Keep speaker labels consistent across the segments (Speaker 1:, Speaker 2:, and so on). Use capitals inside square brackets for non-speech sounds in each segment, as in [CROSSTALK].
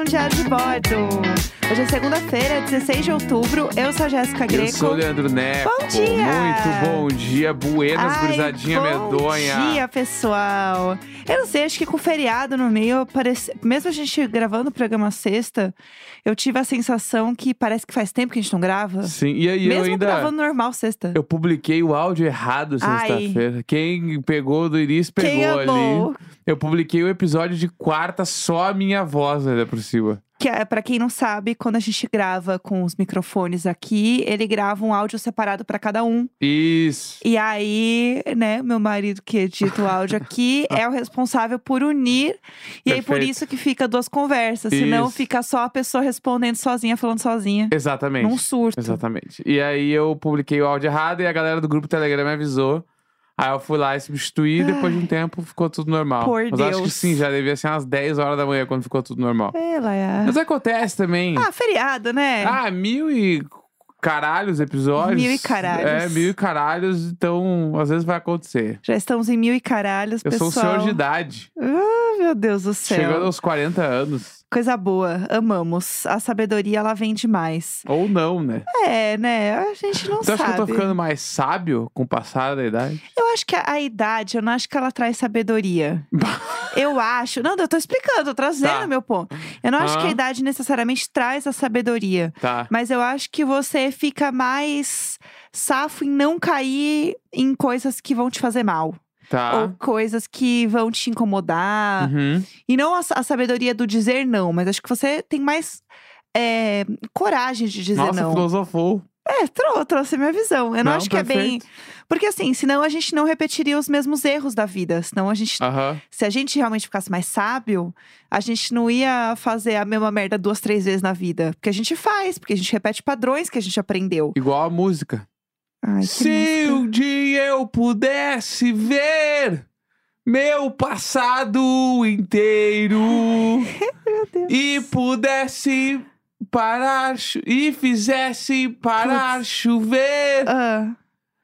Speaker 1: um Diário de Bordo. Hoje é segunda-feira, 16 de outubro. Eu sou a Jéssica Greco.
Speaker 2: Eu sou o Leandro Neco.
Speaker 1: Bom dia!
Speaker 2: Muito bom dia, buenas,
Speaker 1: Ai,
Speaker 2: gurizadinha
Speaker 1: bom
Speaker 2: medonha.
Speaker 1: dia, pessoal. Eu não sei, acho que com o feriado no meio, parece... mesmo a gente gravando o programa sexta, eu tive a sensação que parece que faz tempo que a gente não grava.
Speaker 2: Sim, e aí eu
Speaker 1: mesmo
Speaker 2: ainda.
Speaker 1: gravando normal sexta.
Speaker 2: Eu publiquei o áudio errado
Speaker 1: Ai.
Speaker 2: sexta-feira. Quem pegou do Iris pegou
Speaker 1: Quem
Speaker 2: ali.
Speaker 1: amou?
Speaker 2: Eu publiquei o episódio de quarta, só a minha voz ainda por cima.
Speaker 1: Que é, para quem não sabe, quando a gente grava com os microfones aqui, ele grava um áudio separado para cada um.
Speaker 2: Isso.
Speaker 1: E aí, né, meu marido que edita o
Speaker 2: [LAUGHS]
Speaker 1: áudio aqui é o responsável por unir. E aí, por
Speaker 2: Perfeito.
Speaker 1: isso que fica duas conversas. Senão
Speaker 2: Isso.
Speaker 1: fica só a pessoa respondendo sozinha, falando sozinha.
Speaker 2: Exatamente.
Speaker 1: Num surto.
Speaker 2: Exatamente. E aí eu publiquei o áudio errado e a galera do grupo Telegram me avisou. Aí eu fui lá e substituí e depois de um tempo ficou tudo normal.
Speaker 1: Ah. Por
Speaker 2: Mas acho que
Speaker 1: Deus.
Speaker 2: sim, já devia ser umas 10 horas da manhã quando ficou tudo normal.
Speaker 1: Ela é.
Speaker 2: Mas acontece também.
Speaker 1: Ah, feriado, né?
Speaker 2: Ah, mil e caralhos episódios.
Speaker 1: Mil e caralhos.
Speaker 2: É, mil e caralhos, então às vezes vai acontecer.
Speaker 1: Já estamos em mil e caralhos,
Speaker 2: Eu
Speaker 1: pessoal.
Speaker 2: sou um senhor de idade,
Speaker 1: Ah, meu Deus do céu.
Speaker 2: chegando aos 40 anos.
Speaker 1: Coisa boa, amamos. A sabedoria, ela vem demais.
Speaker 2: Ou não, né?
Speaker 1: É, né? A gente não
Speaker 2: Você acha que
Speaker 1: sabe.
Speaker 2: eu tô ficando mais sábio com o passar da idade?
Speaker 1: Eu acho que a, a idade, eu não acho que ela traz
Speaker 2: [LAUGHS]
Speaker 1: sabedoria. eu acho. Não, eu tô explicando, eu tô trazendo
Speaker 2: Tá.
Speaker 1: meu ponto. Eu não acho que a
Speaker 2: Ah.
Speaker 1: idade necessariamente traz a sabedoria.
Speaker 2: Tá.
Speaker 1: Mas eu acho que você fica mais safo em não cair em coisas que vão te fazer mal. Ou
Speaker 2: Tá.
Speaker 1: coisas que vão te incomodar.
Speaker 2: Uhum.
Speaker 1: E não a, sa- a sabedoria do dizer não, mas acho que você tem mais é, coragem de dizer
Speaker 2: Nossa,
Speaker 1: não.
Speaker 2: filosofou.
Speaker 1: É, trou trouxe minha visão. Eu não,
Speaker 2: Não,
Speaker 1: acho que é bem.
Speaker 2: perfeito.
Speaker 1: Porque assim, senão a gente não repetiria os mesmos erros da vida. Senão a gente.
Speaker 2: Aham.
Speaker 1: Se a gente realmente ficasse mais sábio, a gente não ia fazer a mesma merda duas, três vezes na vida. Porque a gente faz, porque a gente repete padrões que a gente aprendeu.
Speaker 2: Igual a música.
Speaker 1: Ai, que
Speaker 2: Se
Speaker 1: música.
Speaker 2: um dia eu pudesse ver meu passado inteiro
Speaker 1: [LAUGHS] Meu Deus.
Speaker 2: e pudesse parar cho- e fizesse parar chover
Speaker 1: Ah,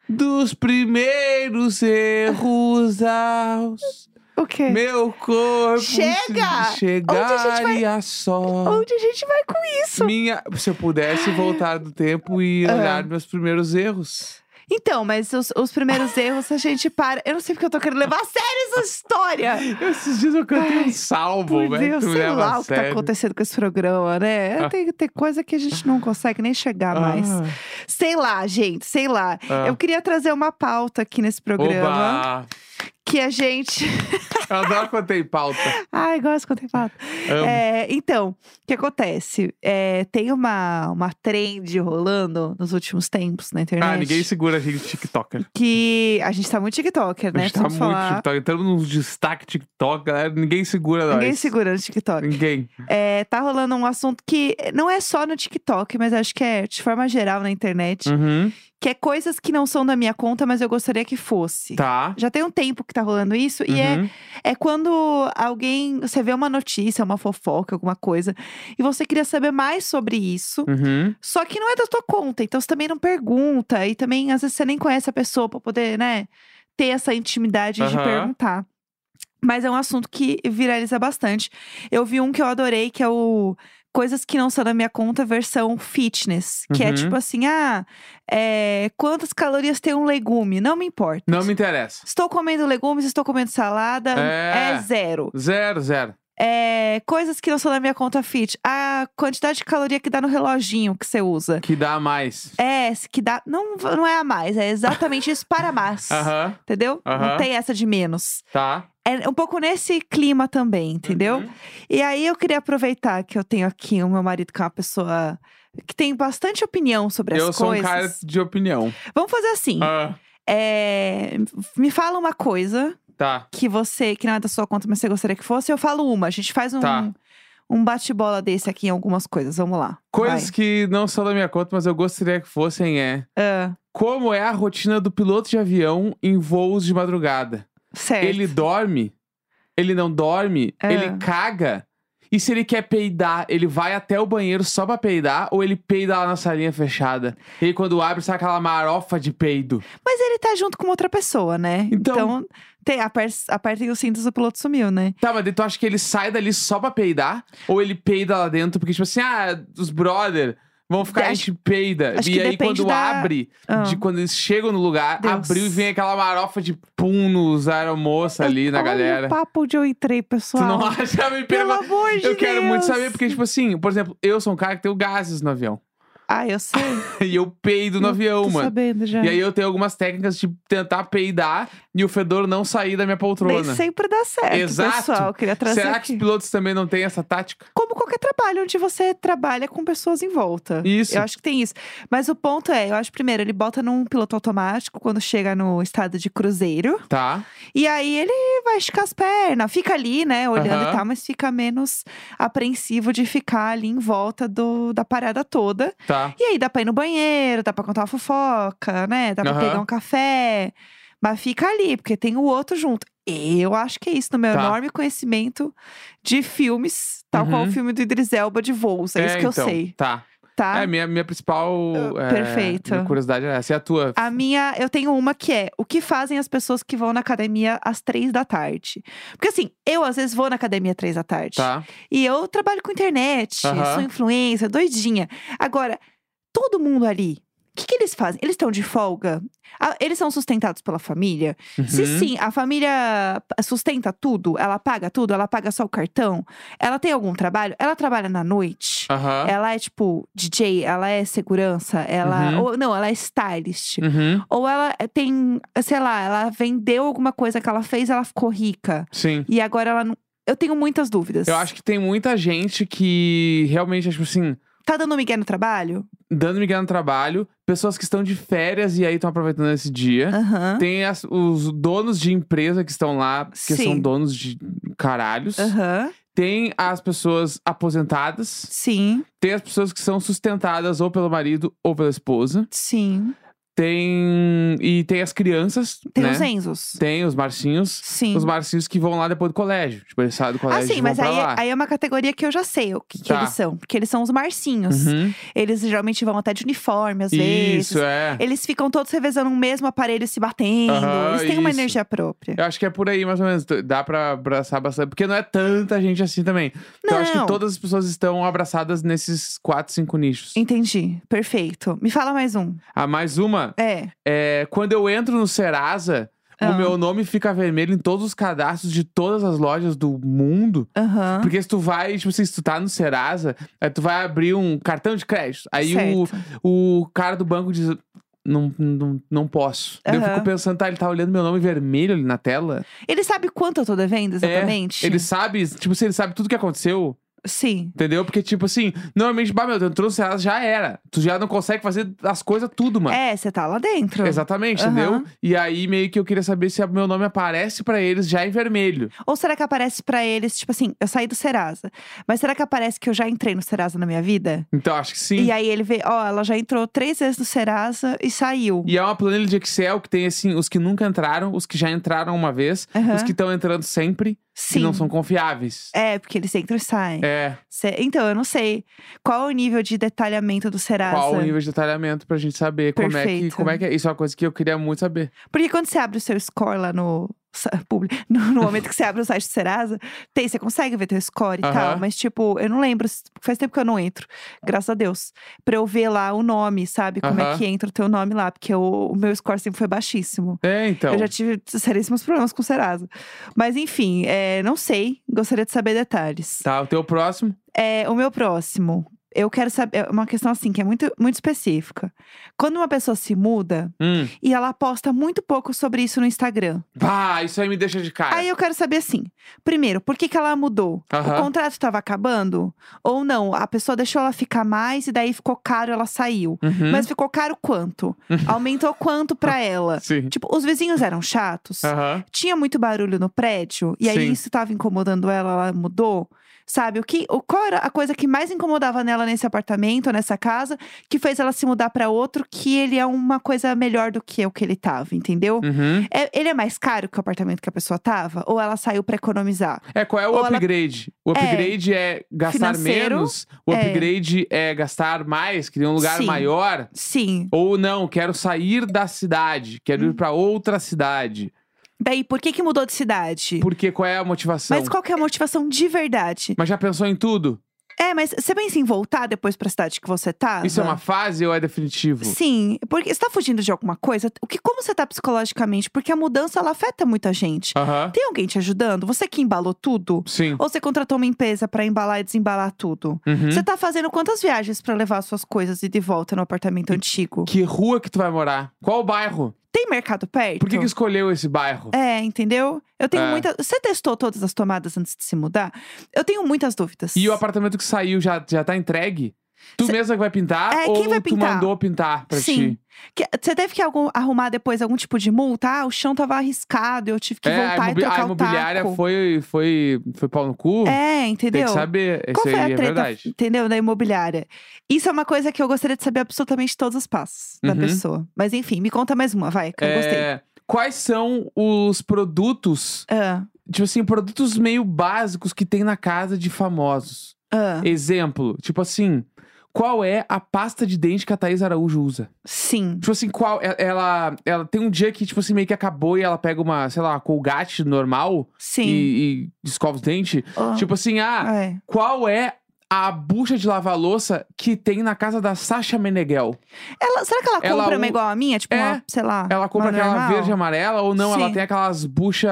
Speaker 2: dos primeiros erros aos
Speaker 1: o quê?
Speaker 2: meu corpo se
Speaker 1: É. Chega!
Speaker 2: chegaria só
Speaker 1: Onde a gente vai com isso?
Speaker 2: minha se eu pudesse voltar do tempo e
Speaker 1: Ah.
Speaker 2: olhar meus primeiros erros
Speaker 1: Então, mas os, os primeiros erros a gente para. Eu não sei porque eu tô querendo levar a sério essa história.
Speaker 2: Esses dias eu cantei um
Speaker 1: Por
Speaker 2: salvo, velho.
Speaker 1: Deus,
Speaker 2: que me
Speaker 1: sei
Speaker 2: leva
Speaker 1: lá
Speaker 2: a
Speaker 1: o que tá
Speaker 2: sério.
Speaker 1: acontecendo com esse programa, né? Tem, tem coisa que a gente não consegue nem chegar mais.
Speaker 2: Ah,
Speaker 1: Sei lá, gente, sei lá.
Speaker 2: Ah.
Speaker 1: Eu queria trazer uma pauta aqui nesse programa.
Speaker 2: Oba!
Speaker 1: Que a gente. [LAUGHS]
Speaker 2: Eu adoro quando tem pauta.
Speaker 1: Ai, gosto quando tem pauta.
Speaker 2: Amo.
Speaker 1: É, então, o que acontece? É, tem uma, uma trend rolando nos últimos tempos na internet.
Speaker 2: ah, ninguém segura a gente TikToker.
Speaker 1: Que a gente tá muito TikToker,
Speaker 2: A
Speaker 1: né?
Speaker 2: gente tá
Speaker 1: Precisamos
Speaker 2: muito
Speaker 1: falar.
Speaker 2: TikTok. Estamos num destaque TikTok, galera. Ninguém segura nós.
Speaker 1: Ninguém segurando TikTok.
Speaker 2: Ninguém.
Speaker 1: É, tá rolando um assunto que não é só no TikTok, mas acho que é de forma geral na internet.
Speaker 2: Uhum.
Speaker 1: Que é coisas que não são da minha conta, mas eu gostaria que fosse.
Speaker 2: Tá.
Speaker 1: Já tem um tempo que tá rolando isso. E é,
Speaker 2: Uhum.
Speaker 1: é quando alguém. Você vê uma notícia, uma fofoca, alguma coisa. E você queria saber mais sobre isso.
Speaker 2: Uhum.
Speaker 1: Só que não é da tua conta. Então você também não pergunta. E também, às vezes, você nem conhece a pessoa pra poder, né? Ter essa intimidade de
Speaker 2: Aham.
Speaker 1: perguntar. Mas é um assunto que viraliza bastante. Eu vi um que eu adorei, que é o. Coisas que não são da minha conta, versão fitness. Que é
Speaker 2: Uhum.
Speaker 1: tipo assim: ah, é, quantas calorias tem um legume? Não me importa.
Speaker 2: Não me interessa.
Speaker 1: Estou comendo legumes, estou comendo salada.
Speaker 2: É.
Speaker 1: zero.
Speaker 2: Zero, zero.
Speaker 1: É, coisas que não são da minha conta fit. A quantidade de caloria que dá no reloginho que você usa.
Speaker 2: Que dá mais.
Speaker 1: É, se que dá. Não, não é a mais, é exatamente isso para
Speaker 2: [LAUGHS]
Speaker 1: mais.
Speaker 2: Aham.
Speaker 1: Entendeu? Não
Speaker 2: Aham.
Speaker 1: tem essa de menos.
Speaker 2: Tá.
Speaker 1: É um pouco nesse clima também, entendeu?
Speaker 2: Uhum.
Speaker 1: E aí eu queria aproveitar que eu tenho aqui o meu marido, que é uma pessoa que tem bastante opinião sobre
Speaker 2: Eu
Speaker 1: as
Speaker 2: sou
Speaker 1: coisas.
Speaker 2: um cara de opinião.
Speaker 1: Vamos fazer assim.
Speaker 2: Ah,
Speaker 1: É, me fala uma coisa
Speaker 2: tá.
Speaker 1: que você, que não é da sua conta, mas você gostaria que fosse, eu falo uma. A gente faz um,
Speaker 2: Tá.
Speaker 1: um bate-bola desse aqui em algumas coisas. Vamos lá.
Speaker 2: Coisas que não são da minha conta, mas eu gostaria que fossem é.
Speaker 1: Vai. Ah,
Speaker 2: Como é a rotina do piloto de avião em voos de madrugada?
Speaker 1: certo.
Speaker 2: Ele dorme, ele não dorme,
Speaker 1: É.
Speaker 2: ele caga. E se ele quer peidar, ele vai até o banheiro só pra peidar ou ele peida lá na salinha fechada? E aí, quando abre, sai aquela marofa de peido.
Speaker 1: Mas ele tá junto com outra pessoa, né?
Speaker 2: Então-
Speaker 1: tem, aper- apertem os cintos, o piloto sumiu, né?
Speaker 2: Tá, mas daí tu acha que ele sai dali só pra peidar? Ou ele peida lá dentro? Porque, tipo assim, ah, os brother vão ficar, a
Speaker 1: Acho-
Speaker 2: gente peida.
Speaker 1: acho
Speaker 2: e
Speaker 1: que
Speaker 2: aí,
Speaker 1: depende
Speaker 2: quando
Speaker 1: da-
Speaker 2: abre,
Speaker 1: Ah.
Speaker 2: de quando eles chegam no lugar,
Speaker 1: Deus.
Speaker 2: abriu e vem aquela marofa de pum nos aeromoça ali na
Speaker 1: Olha
Speaker 2: galera.
Speaker 1: o papo de eu entrei,
Speaker 2: Tu
Speaker 1: pessoal.
Speaker 2: não [LAUGHS] acha? Me
Speaker 1: Pelo
Speaker 2: perma-
Speaker 1: amor de
Speaker 2: Eu quero muito
Speaker 1: Deus.
Speaker 2: saber, porque, tipo assim, por exemplo, eu sou um cara que tenho gases no avião. [LAUGHS]
Speaker 1: Ah, eu sei.
Speaker 2: E eu peido no
Speaker 1: Eu
Speaker 2: avião,
Speaker 1: Tô
Speaker 2: mano.
Speaker 1: sabendo já.
Speaker 2: E aí eu tenho algumas técnicas de tentar peidar e o fedor não sair da minha poltrona.
Speaker 1: Nem sempre dá certo,
Speaker 2: né? Exato.
Speaker 1: pessoal. Queria trazer
Speaker 2: Será que
Speaker 1: aqui.
Speaker 2: os pilotos também não têm essa tática?
Speaker 1: Como qualquer trabalho onde você trabalha com pessoas em volta.
Speaker 2: Isso.
Speaker 1: Eu acho que tem isso. Mas o ponto é, eu acho primeiro, ele bota num piloto automático quando chega no estado de cruzeiro.
Speaker 2: Tá.
Speaker 1: E aí ele vai esticar as pernas, fica ali, né, olhando
Speaker 2: Aham.
Speaker 1: e tal, mas fica menos apreensivo de ficar ali em volta do, da parada toda.
Speaker 2: Tá.
Speaker 1: E aí dá pra ir no banheiro, dá pra contar uma fofoca, né? Dá pra
Speaker 2: Aham.
Speaker 1: pegar um café. Mas fica ali, porque tem o outro junto. Eu acho que é isso, no meu
Speaker 2: Tá.
Speaker 1: enorme conhecimento de filmes, tal qual
Speaker 2: Uhum.
Speaker 1: o filme do Idris Elba de voos. É, isso que
Speaker 2: então,
Speaker 1: eu sei,
Speaker 2: Tá.
Speaker 1: tá?
Speaker 2: É, minha, minha principal.
Speaker 1: Ah,
Speaker 2: é,
Speaker 1: perfeito. Ah,
Speaker 2: minha curiosidade é essa. E a tua?
Speaker 1: A minha, eu tenho uma que é o que fazem as pessoas que vão na academia às três da tarde. Porque assim, eu às vezes vou na academia às três da tarde.
Speaker 2: Tá.
Speaker 1: E eu trabalho com internet,
Speaker 2: Aham.
Speaker 1: sou influencer, doidinha. Agora, todo mundo ali, o que, que eles fazem? Eles estão de folga? Ah, Eles são sustentados pela família? Se
Speaker 2: Uhum.
Speaker 1: sim, a família sustenta tudo? Ela paga tudo? Ela paga só o cartão? Ela tem algum trabalho? Ela trabalha na noite?
Speaker 2: Aham.
Speaker 1: Ela é tipo DJ, ela é segurança, ela.
Speaker 2: Uhum.
Speaker 1: Ou, não, ela é stylist.
Speaker 2: Uhum.
Speaker 1: Ou ela tem, sei lá, ela vendeu alguma coisa que ela fez, ela ficou rica.
Speaker 2: Sim.
Speaker 1: E agora ela não. Eu tenho muitas dúvidas.
Speaker 2: Eu acho que tem muita gente que realmente, é, tipo assim,
Speaker 1: Tá dando migué no trabalho?
Speaker 2: dando migué no trabalho, pessoas que estão de férias e aí estão aproveitando esse dia.
Speaker 1: Aham.
Speaker 2: É. Tem as- os donos de empresa que estão lá, que são
Speaker 1: Sim.
Speaker 2: donos de caralhos.
Speaker 1: Aham.
Speaker 2: Tem as pessoas aposentadas.
Speaker 1: Sim,
Speaker 2: Tem as pessoas que são sustentadas ou pelo marido ou pela esposa.
Speaker 1: sim.
Speaker 2: Tem. E tem as crianças.
Speaker 1: Tem
Speaker 2: né?
Speaker 1: os Enzos.
Speaker 2: Tem os marcinhos.
Speaker 1: Sim.
Speaker 2: Os marcinhos que vão lá depois do colégio. Tipo, eles saem do
Speaker 1: Ah,
Speaker 2: colégio e
Speaker 1: sim,
Speaker 2: vão
Speaker 1: mas
Speaker 2: pra
Speaker 1: aí,
Speaker 2: lá.
Speaker 1: aí é uma categoria que eu já sei o que, que
Speaker 2: Tá.
Speaker 1: eles são. Porque eles são os marcinhos.
Speaker 2: Uhum.
Speaker 1: Eles geralmente vão até de uniforme, às vezes.
Speaker 2: Isso, é.
Speaker 1: Eles ficam todos revezando o mesmo aparelho e se batendo.
Speaker 2: Aham,
Speaker 1: eles têm uma
Speaker 2: isso.
Speaker 1: energia própria.
Speaker 2: Eu acho que é por aí, mais ou menos. Tu- Dá pra abraçar bastante. Porque não é tanta gente assim também. Então, eu acho que
Speaker 1: Não.
Speaker 2: todas as pessoas estão abraçadas nesses quatro, cinco nichos.
Speaker 1: Entendi. Perfeito. Me fala mais um.
Speaker 2: Ah, mais uma.
Speaker 1: É.
Speaker 2: É, quando eu entro no Serasa,
Speaker 1: Ah.
Speaker 2: o meu nome fica vermelho em todos os cadastros de todas as lojas do mundo.
Speaker 1: Aham.
Speaker 2: Porque se tu vai, tipo assim, se tu tá no Serasa, aí tu vai abrir um cartão de crédito. Aí o,
Speaker 1: certo.
Speaker 2: o cara do banco diz. Não, não, não posso. Daí Eu
Speaker 1: Aham.
Speaker 2: fico pensando, tá, ele tá olhando meu nome vermelho ali na tela.
Speaker 1: Ele sabe quanto eu tô devendo exatamente?
Speaker 2: É, Ele sabe, tipo assim, ele sabe tudo que aconteceu,
Speaker 1: Sim.
Speaker 2: entendeu? Porque, tipo assim, normalmente, bah, meu, tu entrou no Serasa, já era. Tu já não consegue fazer as coisas tudo, mano.
Speaker 1: É, você tá lá dentro.
Speaker 2: Exatamente,
Speaker 1: Aham.
Speaker 2: entendeu? E aí, meio que eu queria saber se o meu nome aparece pra eles já em vermelho.
Speaker 1: Ou será que aparece pra eles, tipo assim, eu saí do Serasa. Mas será que aparece que eu já entrei no Serasa na minha vida?
Speaker 2: Então, acho que sim.
Speaker 1: E aí ele vê, ó, ela já entrou três vezes no Serasa e saiu.
Speaker 2: E é uma planilha de Excel que tem, assim, os que nunca entraram, os que já entraram uma vez,
Speaker 1: Aham.
Speaker 2: os que estão entrando sempre
Speaker 1: Sim.
Speaker 2: e não são confiáveis.
Speaker 1: É, porque eles entram e saem.
Speaker 2: É,
Speaker 1: Cê- Então, eu não sei qual o nível de detalhamento do Serasa.
Speaker 2: É, qual o nível de detalhamento pra gente saber como é, que,
Speaker 1: Perfeito.
Speaker 2: como é que é. Isso é uma coisa que eu queria muito saber.
Speaker 1: Porque quando você abre o seu score lá no. sa- [LAUGHS] publi- No, no momento que você abre o site do Serasa, tem, você consegue ver teu score e
Speaker 2: Aham.
Speaker 1: tal. Mas, tipo, eu não lembro. se- Faz tempo que eu não entro, graças a Deus. Pra eu ver lá o nome, sabe? Como
Speaker 2: Aham.
Speaker 1: é que entra o teu nome lá. Porque o, o meu score sempre foi baixíssimo.
Speaker 2: É, então.
Speaker 1: Eu já tive seríssimos problemas com o Serasa. Mas, enfim, é, não sei. Gostaria de saber detalhes.
Speaker 2: Tá, o teu próximo.
Speaker 1: É, o meu próximo. Eu quero saber. é Uma questão assim, que é muito, muito específica. Quando uma pessoa se muda
Speaker 2: Hum.
Speaker 1: e ela posta muito pouco sobre isso no Instagram.
Speaker 2: Pá, isso aí me deixa de cara.
Speaker 1: Aí eu quero saber assim: primeiro, por que, que ela mudou?
Speaker 2: Aham.
Speaker 1: O contrato estava acabando? Ou não? A pessoa deixou ela ficar mais e daí ficou caro, ela saiu.
Speaker 2: Uhum.
Speaker 1: Mas ficou caro
Speaker 2: [LAUGHS]
Speaker 1: quanto? Aumentou quanto pra ela?
Speaker 2: Ah, Sim.
Speaker 1: Tipo, os vizinhos eram chatos?
Speaker 2: Aham.
Speaker 1: Tinha muito barulho no prédio? E aí
Speaker 2: Sim.
Speaker 1: isso tava incomodando ela, ela mudou? Sabe? O que, o, qual era a coisa que mais incomodava nela nesse apartamento, nessa casa, que fez ela se mudar pra outro, que ele é uma coisa melhor do que o que ele tava, entendeu?
Speaker 2: Uhum.
Speaker 1: É- ele é mais caro que o apartamento que a pessoa tava? Ou ela saiu pra economizar?
Speaker 2: É, qual é o
Speaker 1: Ou ela-
Speaker 2: upgrade? O upgrade é, gastar
Speaker 1: Financeiro,
Speaker 2: menos, o
Speaker 1: é.
Speaker 2: upgrade é gastar mais, queria um lugar
Speaker 1: Sim.
Speaker 2: maior.
Speaker 1: Sim.
Speaker 2: Ou não, quero sair da cidade, quero
Speaker 1: Hum.
Speaker 2: ir pra outra cidade.
Speaker 1: Daí, por que que mudou de cidade?
Speaker 2: Porque qual é a motivação?
Speaker 1: Mas qual que é a motivação de verdade?
Speaker 2: Mas já pensou em tudo?
Speaker 1: É, mas você pensa em voltar depois pra cidade que você tá?
Speaker 2: Isso é uma fase ou é definitivo?
Speaker 1: Sim, porque você tá fugindo de alguma coisa? O que, como você tá psicologicamente? Porque a mudança, ela afeta muita gente.
Speaker 2: Aham.
Speaker 1: Tem alguém te ajudando? Você que embalou tudo?
Speaker 2: Sim.
Speaker 1: Ou você contratou uma empresa pra embalar e desembalar tudo?
Speaker 2: Uhum.
Speaker 1: Você tá fazendo quantas viagens pra levar suas coisas e de volta no apartamento antigo?
Speaker 2: Que rua que tu vai morar? Qual bairro?
Speaker 1: Tem mercado perto?
Speaker 2: Por que, que escolheu esse bairro?
Speaker 1: Então. É, entendeu? Eu tenho
Speaker 2: É.
Speaker 1: muita. Você testou todas as tomadas antes de se mudar? Eu tenho muitas dúvidas.
Speaker 2: E o apartamento que saiu já, já tá entregue? Tu mesma que vai pintar?
Speaker 1: É,
Speaker 2: ou
Speaker 1: quem vai
Speaker 2: tu
Speaker 1: pintar?
Speaker 2: mandou pintar pra
Speaker 1: Sim.
Speaker 2: ti?
Speaker 1: Que- Você teve que algum- arrumar depois algum tipo de multa? Ah, o chão tava arriscado, eu tive que
Speaker 2: é,
Speaker 1: voltar
Speaker 2: a,
Speaker 1: e
Speaker 2: imobi-
Speaker 1: trocar
Speaker 2: a imobiliária
Speaker 1: o taco.
Speaker 2: foi, foi, foi pau no cu?
Speaker 1: É, entendeu?
Speaker 2: Tem que saber. Isso
Speaker 1: Qual foi
Speaker 2: aí
Speaker 1: a
Speaker 2: é
Speaker 1: treta,
Speaker 2: verdade.
Speaker 1: entendeu, da imobiliária? Isso é uma coisa que eu gostaria de saber absolutamente todos os passos da
Speaker 2: Uhum.
Speaker 1: pessoa. Mas enfim, me conta mais uma, vai, que eu gostei.
Speaker 2: É, quais são os produtos,
Speaker 1: Ah,
Speaker 2: tipo assim, produtos meio básicos que tem na casa de famosos?
Speaker 1: ah,
Speaker 2: Exemplo, tipo assim, qual é a pasta de dente que a Thaís Araújo usa?
Speaker 1: sim.
Speaker 2: Tipo assim, qual. e- Ela, ela tem um dia que, tipo assim, meio que acabou e ela pega uma, sei lá, uma colgate normal
Speaker 1: Sim.
Speaker 2: e, e escova os dentes.
Speaker 1: Ah,
Speaker 2: Tipo assim, ah,
Speaker 1: é.
Speaker 2: qual é a bucha de lavar louça que tem na casa da Sasha Meneghel?
Speaker 1: Ela- será que ela
Speaker 2: Ela
Speaker 1: compra uma
Speaker 2: u-
Speaker 1: igual a minha? Tipo,
Speaker 2: É.
Speaker 1: uma, sei lá.
Speaker 2: Ela compra
Speaker 1: uma
Speaker 2: aquela
Speaker 1: é normal?
Speaker 2: verde e amarela ou não? Ela
Speaker 1: Sim.
Speaker 2: tem aquelas buchas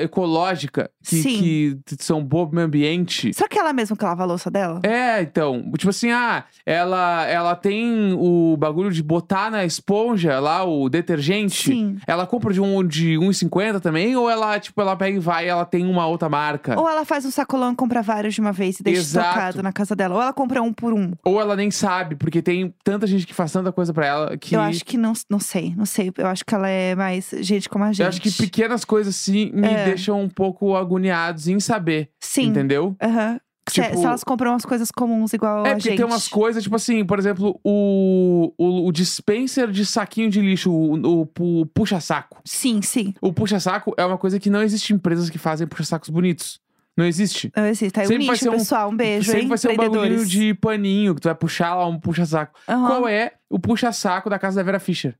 Speaker 2: ecológicas que,
Speaker 1: Sim.
Speaker 2: que t- são boas pro meio ambiente.
Speaker 1: Será que é ela mesma que lava a louça dela?
Speaker 2: É, então, tipo assim, ah, ela, ela tem o bagulho de botar na esponja lá o detergente.
Speaker 1: Sim.
Speaker 2: Ela compra de um de 1,50 também? Ou ela, tipo, ela pega e vai ela tem uma outra marca?
Speaker 1: Ou ela faz um sacolão e compra vários de uma vez e deixa
Speaker 2: é. Exato.
Speaker 1: estocado na casa dela. Ou ela compra um por um.
Speaker 2: Ou ela nem sabe, porque tem tanta gente que faz tanta coisa pra ela que.
Speaker 1: Eu acho que não, não sei, não sei. Eu acho que ela é mais gente como a gente.
Speaker 2: Eu acho que pequenas coisas assim me
Speaker 1: É.
Speaker 2: deixam um pouco agoniados em saber,
Speaker 1: Sim.
Speaker 2: entendeu?
Speaker 1: Aham. Se-
Speaker 2: Tipo-
Speaker 1: se, elas compram as coisas comuns igual
Speaker 2: É,
Speaker 1: a
Speaker 2: porque
Speaker 1: gente.
Speaker 2: tem umas coisas, tipo assim, por exemplo, o, o, o dispenser de saquinho de lixo, o, o- o puxa-saco.
Speaker 1: Sim, sim.
Speaker 2: O puxa-saco é uma coisa que não existe empresas que fazem puxa-sacos bonitos. Não existe.
Speaker 1: Não existe. Aí
Speaker 2: Sempre
Speaker 1: o
Speaker 2: vai
Speaker 1: nicho,
Speaker 2: ser um-
Speaker 1: pessoal. Um beijo,
Speaker 2: Sempre
Speaker 1: hein?
Speaker 2: vai ser um bagulho
Speaker 1: empreendedores.
Speaker 2: de paninho que tu vai puxar lá um puxa-saco.
Speaker 1: Aham.
Speaker 2: Qual é o puxa-saco da casa da Vera Fischer?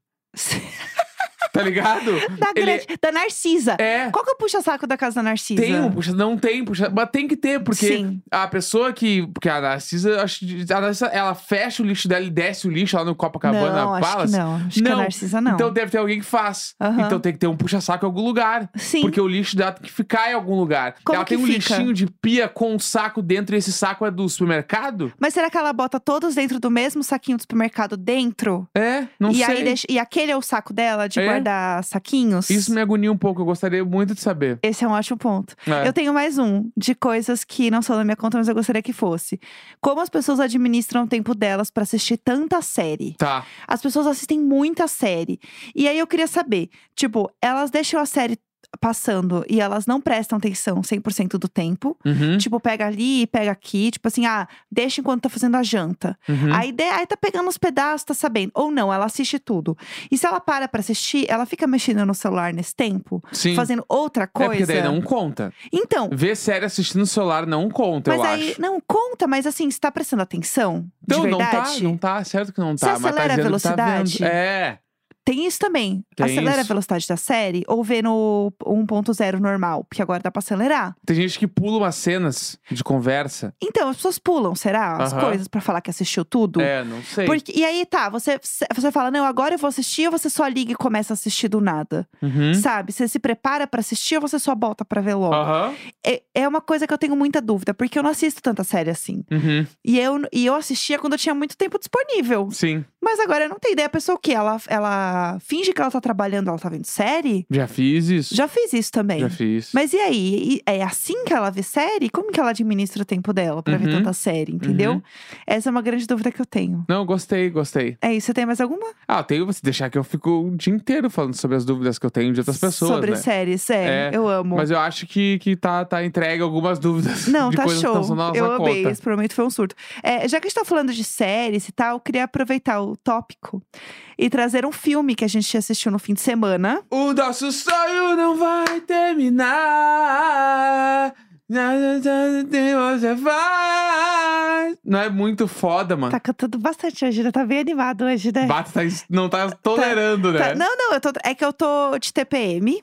Speaker 2: Tá
Speaker 1: [LAUGHS]
Speaker 2: ligado?
Speaker 1: [LAUGHS] Da,
Speaker 2: Ele-
Speaker 1: grande- da Narcisa.
Speaker 2: É.
Speaker 1: Qual que é o puxa-saco da casa da Narcisa?
Speaker 2: Tem um puxa, não tem puxa, mas tem que ter, porque
Speaker 1: Sim.
Speaker 2: a pessoa que. Porque a Narcisa, acho que- a Narcisa, ela fecha o lixo dela e desce o lixo lá no Copacabana
Speaker 1: não, acho
Speaker 2: Palace.
Speaker 1: que não. Acho que a
Speaker 2: Não.
Speaker 1: Narcisa não.
Speaker 2: Então deve ter alguém que faz.
Speaker 1: Aham.
Speaker 2: Então tem que ter um puxa-saco em algum lugar.
Speaker 1: Sim.
Speaker 2: Porque o lixo dela tem que ficar em algum lugar.
Speaker 1: Como
Speaker 2: ela
Speaker 1: que
Speaker 2: tem um
Speaker 1: fica?
Speaker 2: lixinho de pia com um saco dentro e esse saco é do supermercado?
Speaker 1: Mas será que ela bota todos dentro do mesmo saquinho do supermercado dentro?
Speaker 2: É, não
Speaker 1: e
Speaker 2: sei.
Speaker 1: aí deixa- e aquele é o saco dela de
Speaker 2: É.
Speaker 1: guardar saquinhos?
Speaker 2: Isso me agonia um pouco, eu gostaria muito de saber.
Speaker 1: Esse é um ótimo ponto.
Speaker 2: É.
Speaker 1: Eu tenho mais um de coisas que não são da minha conta, mas eu gostaria que fosse. Como as pessoas administram o tempo delas pra assistir tanta série?
Speaker 2: Tá.
Speaker 1: As pessoas assistem muita série. E aí eu queria saber, tipo, elas deixam a série passando e elas não prestam atenção 100% do tempo.
Speaker 2: Uhum,
Speaker 1: Tipo, pega ali, pega aqui, tipo assim, ah, deixa enquanto tá fazendo a janta.
Speaker 2: uhum.
Speaker 1: Aí, de- aí tá pegando os pedaços, tá sabendo. Ou não, ela assiste tudo. E se ela para pra assistir, ela fica mexendo no celular nesse tempo,
Speaker 2: Sim.
Speaker 1: fazendo outra
Speaker 2: É
Speaker 1: coisa.
Speaker 2: porque daí não conta.
Speaker 1: Então,
Speaker 2: Ver série assistindo no celular não conta,
Speaker 1: mas
Speaker 2: eu
Speaker 1: aí.
Speaker 2: acho.
Speaker 1: Não, conta, mas assim, você tá prestando atenção?
Speaker 2: Então,
Speaker 1: de
Speaker 2: não tá,
Speaker 1: verdade?
Speaker 2: não tá, certo que não
Speaker 1: Você
Speaker 2: tá. mas tá
Speaker 1: acelera a
Speaker 2: dizendo que tá vendo.
Speaker 1: velocidade?
Speaker 2: É.
Speaker 1: Tem isso também.
Speaker 2: Tem
Speaker 1: Acelera a
Speaker 2: isso.
Speaker 1: velocidade da série ou vê no 1.0 normal, porque agora dá pra acelerar.
Speaker 2: Tem gente que pula umas cenas de conversa.
Speaker 1: Então, as pessoas pulam, será? As
Speaker 2: Aham.
Speaker 1: coisas pra falar que assistiu tudo.
Speaker 2: É, não sei.
Speaker 1: Porque, e aí tá, você, você fala, não, agora eu vou assistir, ou você só liga e começa a assistir do nada.
Speaker 2: Uhum. Ah.
Speaker 1: Sabe? Você se prepara pra assistir ou você só bota pra ver logo?
Speaker 2: Aham.
Speaker 1: É, é uma coisa que eu tenho muita dúvida, porque eu não assisto tanta série assim.
Speaker 2: Uhum.
Speaker 1: E eu, e eu assistia quando eu tinha muito tempo disponível.
Speaker 2: Sim.
Speaker 1: Mas agora eu não tenho ideia. A pessoa o quê? Ela, ela ela finge que ela tá trabalhando, ela tá vendo série.
Speaker 2: Já fiz isso?
Speaker 1: Já fiz isso também.
Speaker 2: Já fiz.
Speaker 1: Mas e aí? E- É assim que ela vê série? Como que ela administra o tempo dela pra ver
Speaker 2: Uhum.
Speaker 1: tanta série, entendeu?
Speaker 2: Uhum.
Speaker 1: Essa é uma grande dúvida que eu tenho.
Speaker 2: Não, gostei, gostei.
Speaker 1: É isso, você tem mais alguma?
Speaker 2: Ah, tenho se deixar que eu fico o dia inteiro falando sobre as dúvidas que eu tenho de outras pessoas,
Speaker 1: Sobre
Speaker 2: né?
Speaker 1: séries, é,
Speaker 2: É,
Speaker 1: eu amo.
Speaker 2: Mas eu acho que, que tá, tá entregue algumas dúvidas
Speaker 1: Não,
Speaker 2: de
Speaker 1: tá
Speaker 2: coisas que
Speaker 1: show.
Speaker 2: estão na nossa
Speaker 1: eu
Speaker 2: conta.
Speaker 1: amei, esse provavelmente foi um surto. É, já que a gente tá falando de séries e tal, eu queria aproveitar o tópico e trazer um filme que a gente assistiu no fim de semana.
Speaker 2: O nosso sonho não vai terminar. Nada, nada, tem Você vai. Não é muito foda, mano.
Speaker 1: Tá cantando bastante hoje, né? Tá bem animado hoje, né?
Speaker 2: Bata tá, es- não tá tolerando,
Speaker 1: Tá-
Speaker 2: né?
Speaker 1: Não, não, eu tô- é que eu tô
Speaker 2: [LAUGHS]
Speaker 1: de TPM.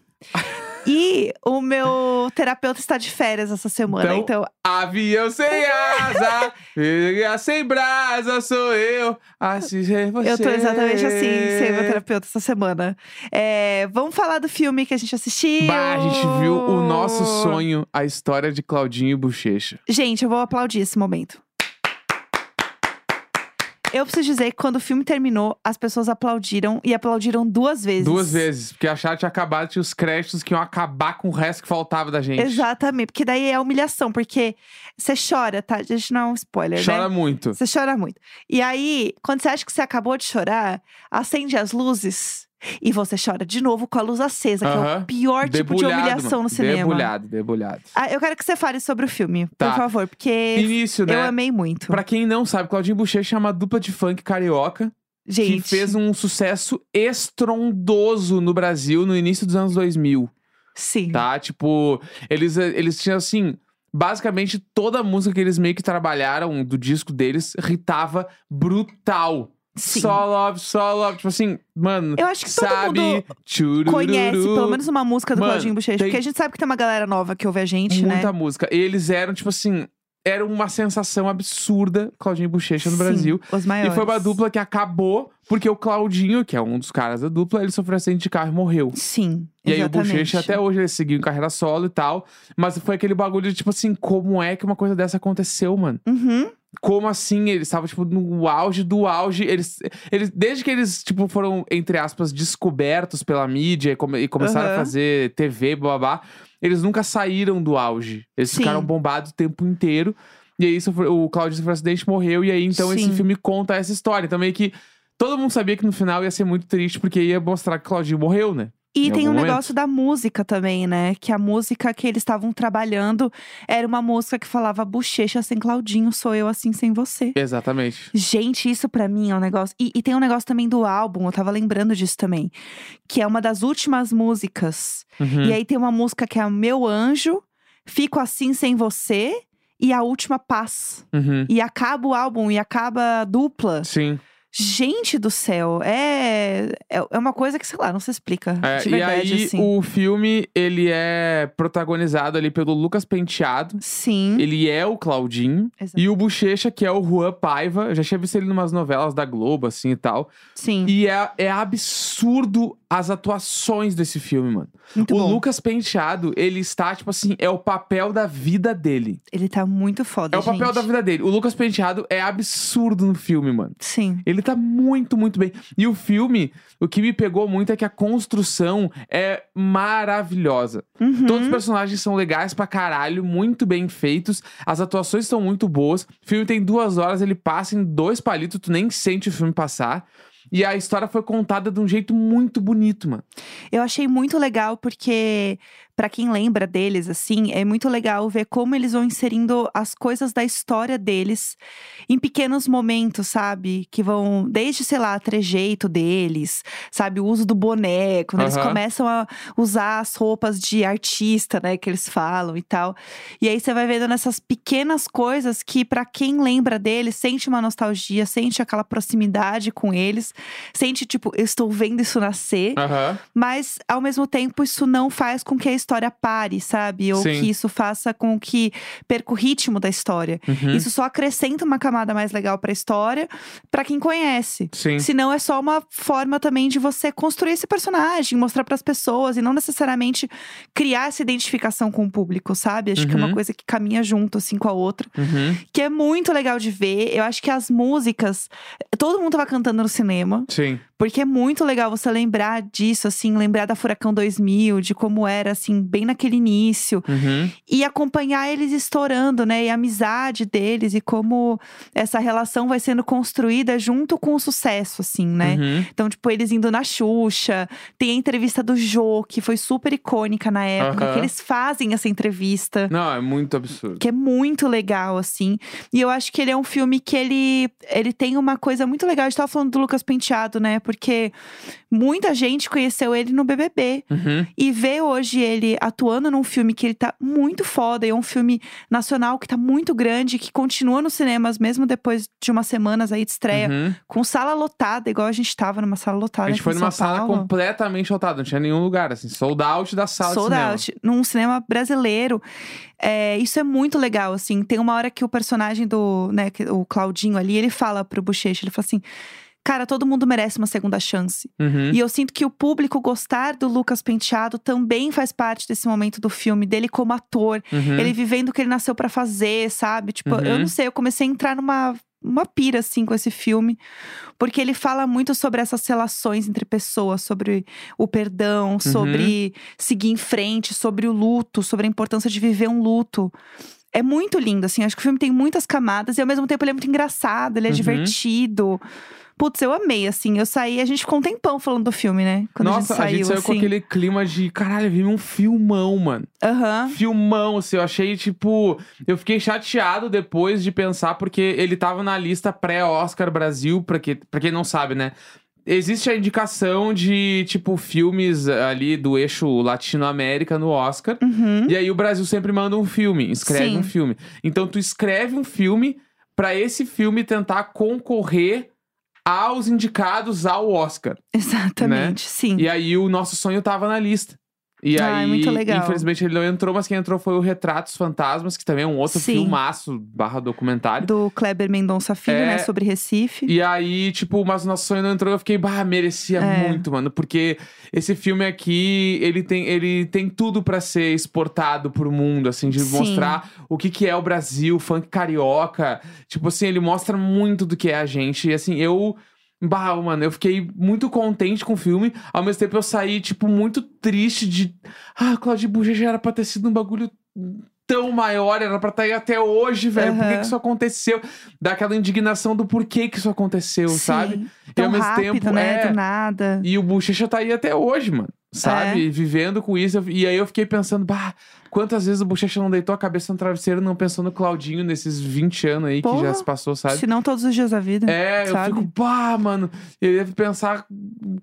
Speaker 1: e o meu terapeuta está de férias essa semana, então.
Speaker 2: Então- Avião sem
Speaker 1: [LAUGHS]
Speaker 2: asa, liga sem brasa, sou eu. Assim é você.
Speaker 1: Eu tô exatamente assim, sem meu terapeuta essa semana. É, vamos falar do filme que a gente assistiu.
Speaker 2: Bah, a gente viu o nosso sonho, a história de Claudinho e Bochecha.
Speaker 1: Gente, eu vou aplaudir esse momento. Eu preciso dizer que quando o filme terminou, as pessoas aplaudiram e aplaudiram duas vezes.
Speaker 2: Duas vezes, porque acharam que tinha acabado, tinha os créditos que iam acabar com o resto que faltava da gente.
Speaker 1: Exatamente, porque daí é humilhação, porque você chora, tá? Gente, não é um spoiler, né?
Speaker 2: Chora muito.
Speaker 1: Você chora muito. E aí, quando você acha que você acabou de chorar, acende as luzes e você chora de novo com a luz acesa, que é o
Speaker 2: Aham.
Speaker 1: pior tipo de
Speaker 2: Debulhado,
Speaker 1: humilhação
Speaker 2: mano.
Speaker 1: no cinema.
Speaker 2: Debulhado, debulhado.
Speaker 1: Ah, eu quero que você fale sobre o filme,
Speaker 2: Tá.
Speaker 1: por favor, porque
Speaker 2: Início,
Speaker 1: eu
Speaker 2: né?
Speaker 1: amei muito.
Speaker 2: Pra quem não sabe, Claudinho Bochecha é uma dupla de funk carioca
Speaker 1: Gente,
Speaker 2: que fez um sucesso estrondoso no Brasil no início dos anos 2000,
Speaker 1: sim.
Speaker 2: tá? Tipo, eles, eles tinham assim. Basicamente, toda a música que eles meio que trabalharam do disco deles ritava brutal.
Speaker 1: sim.
Speaker 2: Só love, só love. Tipo assim, mano,
Speaker 1: Eu acho que todo
Speaker 2: sabe?
Speaker 1: mundo
Speaker 2: Tchurururu.
Speaker 1: Conhece pelo menos uma música do
Speaker 2: Mano,
Speaker 1: Claudinho Bochecha,
Speaker 2: tem-
Speaker 1: porque a gente sabe que tem uma galera nova que ouve a gente,
Speaker 2: muita
Speaker 1: né?
Speaker 2: música. E eles eram, tipo assim, era uma sensação absurda, Claudinho e Bochecha no
Speaker 1: Sim,
Speaker 2: Brasil.
Speaker 1: Os maiores.
Speaker 2: E foi uma dupla que acabou, porque o Claudinho, que é um dos caras da dupla, ele sofreu acidente de carro e morreu.
Speaker 1: Sim.
Speaker 2: E aí o
Speaker 1: exatamente.
Speaker 2: Bochecha até hoje ele seguiu em carreira solo e tal. Mas foi aquele bagulho de, tipo assim, como é que uma coisa dessa aconteceu, mano?
Speaker 1: Uhum,
Speaker 2: Como assim? Eles estavam, tipo, no auge do auge. Eles, eles, desde que eles, tipo, foram, entre aspas, descobertos pela mídia e, come- e começaram
Speaker 1: Aham.
Speaker 2: a fazer TV, babá, eles nunca saíram do auge. Eles
Speaker 1: Sim.
Speaker 2: ficaram bombados o tempo inteiro. E aí sofreu- o Claudio sofreu um acidente, morreu. E aí, então, esse
Speaker 1: Sim.
Speaker 2: filme conta essa história. Então, meio que todo mundo sabia que no final ia ser muito triste, porque ia mostrar que o Claudinho morreu, né?
Speaker 1: E
Speaker 2: Em
Speaker 1: tem um
Speaker 2: algum momento.
Speaker 1: negócio da música também, né? Que a música que eles estavam trabalhando era uma música que falava Bochecha sem Claudinho, sou eu assim sem você.
Speaker 2: Exatamente.
Speaker 1: Gente, isso pra mim é um negócio. E, e tem um negócio também do álbum, eu tava lembrando disso também. Que é uma das últimas músicas
Speaker 2: Uhum.
Speaker 1: E aí tem uma música que é o Meu Anjo, Fico Assim Sem Você e a última Paz.
Speaker 2: Uhum.
Speaker 1: E acaba o álbum e acaba a dupla.
Speaker 2: Sim.
Speaker 1: Gente do céu, é, é é uma coisa que, sei lá, não se explica.
Speaker 2: É,
Speaker 1: de
Speaker 2: e
Speaker 1: verdade,
Speaker 2: aí,
Speaker 1: assim.
Speaker 2: o filme, ele é protagonizado ali pelo Lucas Penteado.
Speaker 1: Sim.
Speaker 2: Ele é o Claudinho.
Speaker 1: Exato.
Speaker 2: E o Bochecha, que é o Juan Paiva. Eu já tinha visto ele em umas novelas da Globo, assim e tal.
Speaker 1: Sim.
Speaker 2: E é, é absurdo as atuações desse filme, mano.
Speaker 1: muito
Speaker 2: o
Speaker 1: bom.
Speaker 2: Lucas Penteado, ele está, tipo assim, é o papel da vida dele.
Speaker 1: Ele tá muito foda.
Speaker 2: É o papel
Speaker 1: gente.
Speaker 2: da vida dele. O Lucas Penteado é absurdo no filme, mano.
Speaker 1: Sim.
Speaker 2: Ele tá muito, muito bem. E o filme, o que me pegou muito é que a construção é maravilhosa.
Speaker 1: Uhum.
Speaker 2: Todos os personagens são legais pra caralho, muito bem feitos. As atuações são muito boas. O filme tem duas horas, ele passa em dois palitos, tu nem sente o filme passar. E a história foi contada de um jeito muito bonito, mano.
Speaker 1: Eu achei muito legal porque, pra quem lembra deles, assim, é muito legal ver como eles vão inserindo as coisas da história deles em pequenos momentos, sabe? Que vão desde, sei lá, trejeito deles, sabe? O uso do boné, quando eles
Speaker 2: Aham.
Speaker 1: começam a usar as roupas de artista, né? Que eles falam e tal. E aí você vai vendo essas pequenas coisas que, pra quem lembra deles, sente uma nostalgia, sente aquela proximidade com eles, sente, tipo, eu estou vendo isso nascer.
Speaker 2: Aham.
Speaker 1: Mas, ao mesmo tempo, isso não faz com que a história pare, sabe? Ou
Speaker 2: Sim.
Speaker 1: que isso faça com que perca o ritmo da história.
Speaker 2: Uhum. Hum.
Speaker 1: Isso só acrescenta uma camada mais legal pra história, pra quem conhece.
Speaker 2: Sim.
Speaker 1: Senão é só uma forma também de você construir esse personagem, mostrar pras pessoas e não necessariamente criar essa identificação com o público, sabe? Acho que é uma
Speaker 2: Uhum.
Speaker 1: coisa que caminha junto assim com a outra
Speaker 2: Uhum.
Speaker 1: que é muito legal de ver. Eu acho que as músicas, todo mundo tava cantando no cinema.
Speaker 2: Sim.
Speaker 1: Porque é muito legal você lembrar disso, assim, lembrar da Furacão 2000, de como era, assim, bem naquele início.
Speaker 2: Uhum.
Speaker 1: E acompanhar eles estourando, né? E a amizade deles e como essa relação vai sendo construída junto com o sucesso, assim, né?
Speaker 2: Uhum.
Speaker 1: Então, tipo, eles indo na Xuxa. Tem a entrevista do Jô, que foi super icônica na época.
Speaker 2: Aham.
Speaker 1: Que eles fazem essa entrevista.
Speaker 2: Não, é muito absurdo.
Speaker 1: Que é muito legal, assim. E eu acho que ele é um filme que ele, ele tem uma coisa muito legal. A gente tava falando do Lucas Penteado, né? Porque muita gente conheceu ele no BBB.
Speaker 2: Uhum.
Speaker 1: E ver hoje ele atuando num filme que ele tá muito foda, e é um filme nacional que tá muito grande, que continua nos cinemas mesmo depois de umas semanas aí de estreia,
Speaker 2: Uhum.
Speaker 1: com sala lotada, igual a gente tava numa sala lotada.
Speaker 2: A gente
Speaker 1: aqui
Speaker 2: foi
Speaker 1: em
Speaker 2: numa
Speaker 1: São
Speaker 2: sala
Speaker 1: Paulo.
Speaker 2: completamente lotada, não tinha nenhum lugar, assim, sold out da sala
Speaker 1: Sold
Speaker 2: de cinema.
Speaker 1: out, num cinema brasileiro. É, isso é muito legal, assim. Tem uma hora que o personagem do, né, que- o Claudinho ali, ele fala pro Bochecha, ele fala assim: Cara, todo mundo merece uma segunda chance.
Speaker 2: Uhum.
Speaker 1: E eu sinto que o público gostar do Lucas Penteado também faz parte desse momento do filme, dele como ator,
Speaker 2: Uhum.
Speaker 1: ele vivendo o que ele nasceu pra fazer, sabe? Tipo,
Speaker 2: Uhum.
Speaker 1: eu não sei, eu comecei a entrar numa uma pira assim com esse filme, porque ele fala muito sobre essas relações entre pessoas, sobre o
Speaker 2: Uhum.
Speaker 1: perdão, sobre seguir em frente, sobre o luto, sobre a importância de viver um luto. É muito lindo, assim. Acho que o filme tem muitas camadas e ao mesmo tempo ele é muito engraçado, ele é
Speaker 2: Uhum.
Speaker 1: divertido. Putz, eu amei, assim. Eu saí, a gente ficou um tempão falando do filme, né? Quando
Speaker 2: Nossa,
Speaker 1: a gente saiu,
Speaker 2: com
Speaker 1: assim.
Speaker 2: aquele clima de caralho, vimos um filmão, mano.
Speaker 1: Aham.
Speaker 2: Filmão, assim, eu achei, tipo. Eu fiquei chateado depois de pensar, porque ele tava na lista pré-Oscar Brasil, pra, que, pra quem não sabe, né? Existe a indicação de, tipo, filmes ali do eixo Latinoamérica no Oscar.
Speaker 1: Uhum.
Speaker 2: E aí o Brasil sempre manda um filme, escreve
Speaker 1: Sim.
Speaker 2: um filme. Então tu escreve um filme pra esse filme tentar concorrer aos indicados ao Oscar.
Speaker 1: [LAUGHS] Exatamente,
Speaker 2: né?
Speaker 1: sim.
Speaker 2: E aí o nosso sonho tava na lista. E
Speaker 1: Ah, é
Speaker 2: aí,
Speaker 1: muito legal.
Speaker 2: infelizmente, ele não entrou, mas quem entrou foi o Retratos Fantasmas, que também é um outro
Speaker 1: Sim.
Speaker 2: filmaço barra documentário.
Speaker 1: Do Kleber Mendonça Filho,
Speaker 2: É.
Speaker 1: né? Sobre Recife.
Speaker 2: E aí, tipo, mas o nosso sonho não entrou, eu fiquei, bah, merecia
Speaker 1: É.
Speaker 2: muito, mano. Porque esse filme aqui, ele tem, ele tem tudo pra ser exportado pro mundo, assim, de
Speaker 1: Sim.
Speaker 2: mostrar o que, que é o Brasil, funk carioca. Tipo assim, ele mostra muito do que é a gente. E assim, eu. Bah, mano, eu fiquei muito contente com o filme. Ao mesmo tempo, eu saí, tipo, muito triste de. Ah, Claudio Bochecha era pra ter sido um bagulho tão maior, era pra estar aí até hoje, velho. Por que,
Speaker 1: Aham.
Speaker 2: que isso aconteceu? Daquela indignação do porquê que isso aconteceu,
Speaker 1: Sim.
Speaker 2: sabe?
Speaker 1: Tão
Speaker 2: ao mesmo
Speaker 1: rápido,
Speaker 2: tempo,
Speaker 1: né?
Speaker 2: é.
Speaker 1: Do nada.
Speaker 2: E o Bochecha tá aí até hoje, mano. Sabe?
Speaker 1: É.
Speaker 2: Vivendo com isso. eu- E aí eu fiquei pensando, bah, quantas vezes o Bochecha não deitou a cabeça no travesseiro não pensou no Claudinho nesses 20 anos aí que
Speaker 1: Porra.
Speaker 2: já se passou, sabe?
Speaker 1: Se não todos os dias da vida.
Speaker 2: É,
Speaker 1: sabe?
Speaker 2: eu fico, bah, mano. Ele deve pensar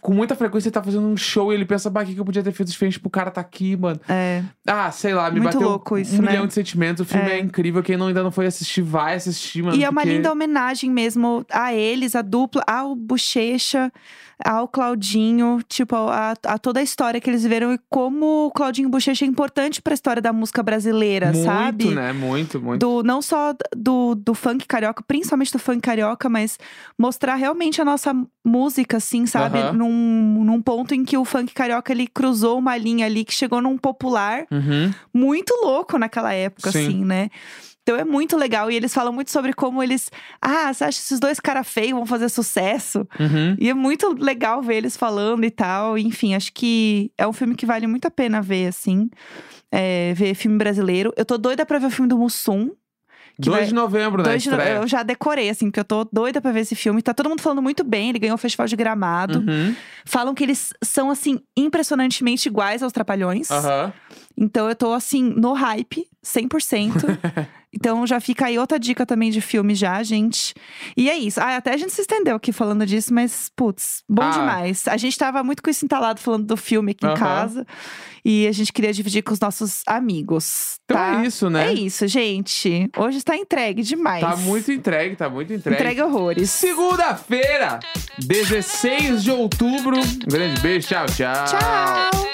Speaker 2: com muita frequência, ele tá fazendo um show e ele pensa, bah, o que, que eu podia ter feito diferente pro cara tá aqui, mano.
Speaker 1: É.
Speaker 2: Ah, sei lá, me
Speaker 1: Muito
Speaker 2: bateu
Speaker 1: louco
Speaker 2: um
Speaker 1: isso, né?
Speaker 2: milhão de sentimentos. O filme é, incrível. Quem não, ainda não foi assistir, vai assistir, mano.
Speaker 1: E é uma
Speaker 2: porque-
Speaker 1: linda homenagem mesmo a eles, a dupla, ao Bochecha, ao Claudinho, tipo, a, a toda a história que eles viveram e como o Claudinho Bochecha é importante pra história da música brasileira,
Speaker 2: Muito,
Speaker 1: sabe?
Speaker 2: né? Muito, muito.
Speaker 1: do não só do, do funk carioca, principalmente do funk carioca, mas mostrar realmente a nossa música, assim, sabe?
Speaker 2: Aham.
Speaker 1: Num, num ponto em que o funk carioca ele cruzou uma linha ali que chegou num popular
Speaker 2: Uhum.
Speaker 1: muito louco naquela época,
Speaker 2: Sim.
Speaker 1: assim, né? Então é muito legal. E eles falam muito sobre como eles. Ah, você acha que esses dois caras feios vão fazer sucesso?
Speaker 2: Uhum.
Speaker 1: E é muito legal ver eles falando e tal. Enfim, acho que é um filme que vale muito a pena ver, assim. É, ver filme brasileiro. Eu tô doida pra ver o filme do Mussum.
Speaker 2: 2
Speaker 1: vai-
Speaker 2: de novembro, né?
Speaker 1: Dois de no-
Speaker 2: estreia.
Speaker 1: Eu já decorei, assim, porque eu tô doida pra ver esse filme. Tá todo mundo falando muito bem, ele ganhou o Festival de Gramado.
Speaker 2: Uhum.
Speaker 1: Falam que eles são, assim, impressionantemente iguais aos Trapalhões.
Speaker 2: Aham.
Speaker 1: Então eu tô, assim, no hype,
Speaker 2: [LAUGHS]
Speaker 1: 100%. então já fica aí outra dica também de filme já, gente. E é isso. Ah, até a gente se estendeu aqui falando disso, mas, putz, bom
Speaker 2: Ah.
Speaker 1: demais. A gente tava muito com isso entalado falando do filme aqui em
Speaker 2: Aham.
Speaker 1: casa. E a gente queria dividir com os nossos amigos.
Speaker 2: Então
Speaker 1: tá?
Speaker 2: é isso, né?
Speaker 1: É isso, gente. Hoje está entregue demais.
Speaker 2: Tá muito entregue, tá muito entregue.
Speaker 1: Entrega horrores.
Speaker 2: Segunda-feira, 16 de outubro. Um grande beijo, tchau.
Speaker 1: Tchau!